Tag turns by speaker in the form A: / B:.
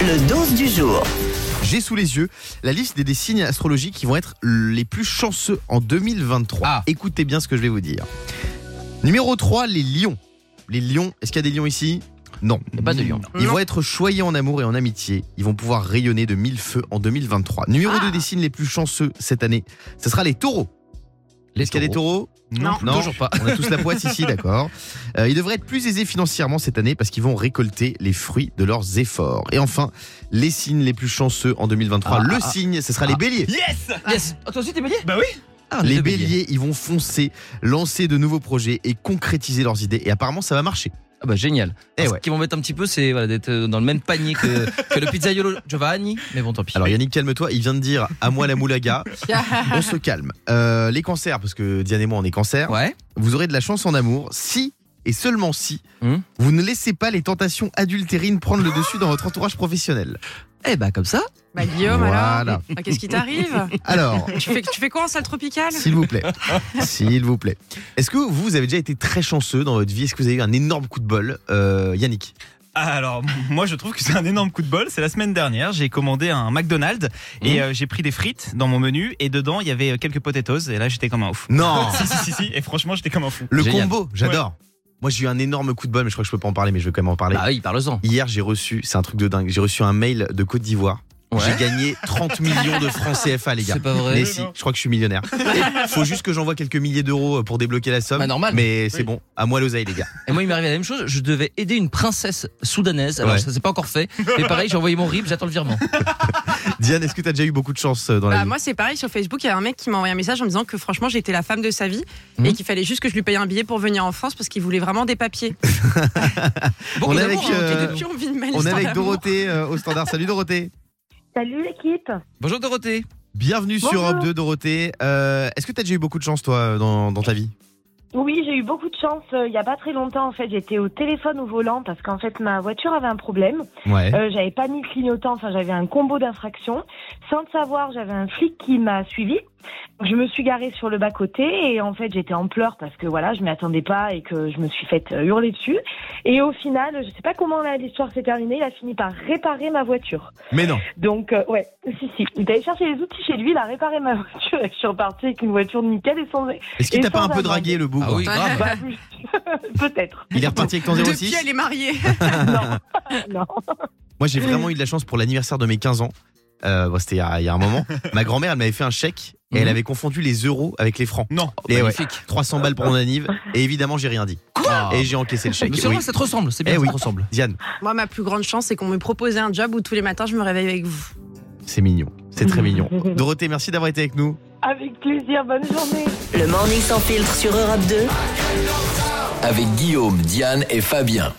A: Le 12 du jour.
B: J'ai sous les yeux la liste des, des signes astrologiques qui vont être les plus chanceux en 2023.
C: Ah.
B: Écoutez bien ce que je vais vous dire. Numéro 3, les lions. Les lions, est-ce qu'il y a des lions ici non.
C: a pas de lions.
B: Ils vont être choyés en amour et en amitié. Ils vont pouvoir rayonner de mille feux en 2023. Numéro 2 des signes les plus chanceux cette année, ce sera les taureaux.
C: Les
B: Est-ce qu'il y a des taureaux
D: Non.
B: non, toujours pas. On a tous la poisse ici, d'accord. Euh, ils devraient être plus aisés financièrement cette année parce qu'ils vont récolter les fruits de leurs efforts. Et enfin, les signes les plus chanceux en 2023.
C: Ah,
B: le
C: ah, ah.
B: signe, ce sera les béliers.
D: Yes
C: Yes. Oh, toi aussi t'es bélier
D: Bah oui
C: Ah,
B: les béliers, ils vont foncer, lancer de nouveaux projets et concrétiser leurs idées. Et apparemment, ça va marcher.
C: Ah bah génial.
B: Eh
C: Alors,
B: ouais.
C: Ce qui m'embête un petit peu, c'est voilà, d'être euh, dans le même panier que, que le pizzaiolo Giovanni. Mais bon, tant pis.
B: Alors Yannick, calme-toi. Il vient de dire à moi la moulaga. on se calme. Euh, les cancers, parce que Diane et moi, on est cancers.
C: Ouais.
B: Vous aurez de la chance en amour si et seulement si
C: Hum.
B: vous ne laissez pas les tentations adultérines prendre le dessus dans votre entourage professionnel.
C: Eh bah comme ça.
D: Bah Guillaume
B: Voilà.
D: alors Bah, Qu'est-ce qui t'arrive
B: Alors,
D: tu fais, tu fais quoi en salle tropicale
B: S'il vous plaît. S'il vous plaît. Est-ce que vous, vous avez déjà été très chanceux dans votre vie Est-ce que vous avez eu un énorme coup de bol Euh, Yannick
D: Ah, Alors, m- moi, je trouve que c'est un énorme coup de bol. C'est la semaine dernière, j'ai commandé un McDonald's et euh, j'ai pris des frites dans mon menu et dedans, il y avait euh, quelques potatoes et là, j'étais comme un ouf.
B: Non
D: si, si, si, si, et franchement, j'étais comme un fou.
B: Le
C: Génial.
B: combo, j'adore. Moi, j'ai eu un énorme coup de bol, mais je crois que je peux pas en parler, mais je vais quand même en parler.
C: Bah oui, parle-en.
B: Hier, j'ai reçu, c'est un truc de dingue, j'ai reçu un mail de Côte d'Ivoire. J'ai gagné 30 millions de francs CFA, les gars.
C: C'est pas vrai.
B: Mais si, je crois que je suis millionnaire. Et Faut juste que j'envoie quelques milliers d'euros pour débloquer la somme.
C: Bah, normal.
B: Mais c'est
D: Oui.
B: bon, à moi l'oseille, les gars.
C: Et moi, il m'est arrivé la même chose. Je devais aider une princesse soudanaise. Alors
B: Ouais.
C: ça s'est pas encore fait. Mais pareil, j'ai envoyé mon RIB, j'attends le virement.
B: Diane, est-ce que t'as déjà eu beaucoup de chance euh, dans la
E: Bah,
B: vie
E: moi, c'est pareil. Sur Facebook, il y a un mec qui m'a envoyé un message en me disant que franchement, j'étais la femme de sa vie
C: Mhm.
B: Hmm.
E: et qu'il fallait juste que je lui paye un billet pour venir en France parce qu'il voulait vraiment des papiers.
C: Beaucoup
B: On est
C: d'amour,
B: avec,
C: hein,
B: euh,
C: autour de nous.
E: Depuis, on vit une belle
B: On est
E: histoire
B: avec
E: d'amour.
B: Dorothée euh, au standard. Salut Dorothée.
F: Salut l'équipe.
C: Bonjour Dorothée.
B: Bienvenue sur
F: Bonjour.
B: Europe 2, Dorothée. Euh, Est-ce que t'as déjà eu beaucoup de chance, toi, euh, dans, dans ta vie
F: Oui, j'ai eu beaucoup de chance. euh, Il y a pas très longtemps, en fait, j'étais au téléphone au volant parce qu'en fait, ma voiture avait un problème.
B: Ouais.
F: Euh, j'avais pas mis le clignotant. Enfin, j'avais un combo d'infractions. Sans le savoir, j'avais un flic qui m'a suivi. Je me suis garée sur le bas côté et en fait, j'étais en pleurs parce que voilà, je m'y attendais pas et que je me suis faite euh, hurler dessus. Et au final, je sais pas comment la- l'histoire s'est terminée. Il a fini par réparer ma voiture.
B: Mais non.
F: Donc, euh, ouais, si, si. Il allé chercher les outils chez lui. Il a réparé ma voiture et je suis repartie avec une voiture nickel et sans,
B: Est-ce qu'il
F: Et
B: t'a pas
F: sans
B: un peu
F: amende.
B: dragué, le bougre
C: Ah oui, grave.
F: Bah, Peut-être.
B: Il est reparti avec ton
E: Depuis,
B: 06
E: elle est mariée.
F: Non. non.
B: Moi, j'ai vraiment eu de la chance pour l'anniversaire de mes 15 ans. Euh, bon, C'était il y a- il y, a un moment. Ma grand-mère, elle m'avait fait un chèque et
C: Mhm.
B: elle avait confondu les euros avec les francs.
D: Non.
B: Et Eh ouais,
C: Magnifique.
B: 300 balles pour mon anniv. Et évidemment, j'ai rien dit.
C: Quoi
B: Et j'ai encaissé le chèque.
C: Mais c'est vrai
B: Eh Oui.
C: que ça te ressemble. C'est bien,
B: Eh
C: ça
B: oui.
C: te ressemble.
B: Diane,
E: Moi, ma plus grande chance, c'est qu'on me proposait un job où tous les matins, je me réveille avec vous.
B: c'est mignon. C'est très mignon. Dorothée, merci d'avoir été avec nous.
F: Avec plaisir. Bonne journée.
A: Le morning sans filtre sur Europe 2.
G: avec Guillaume, Diane et Fabien.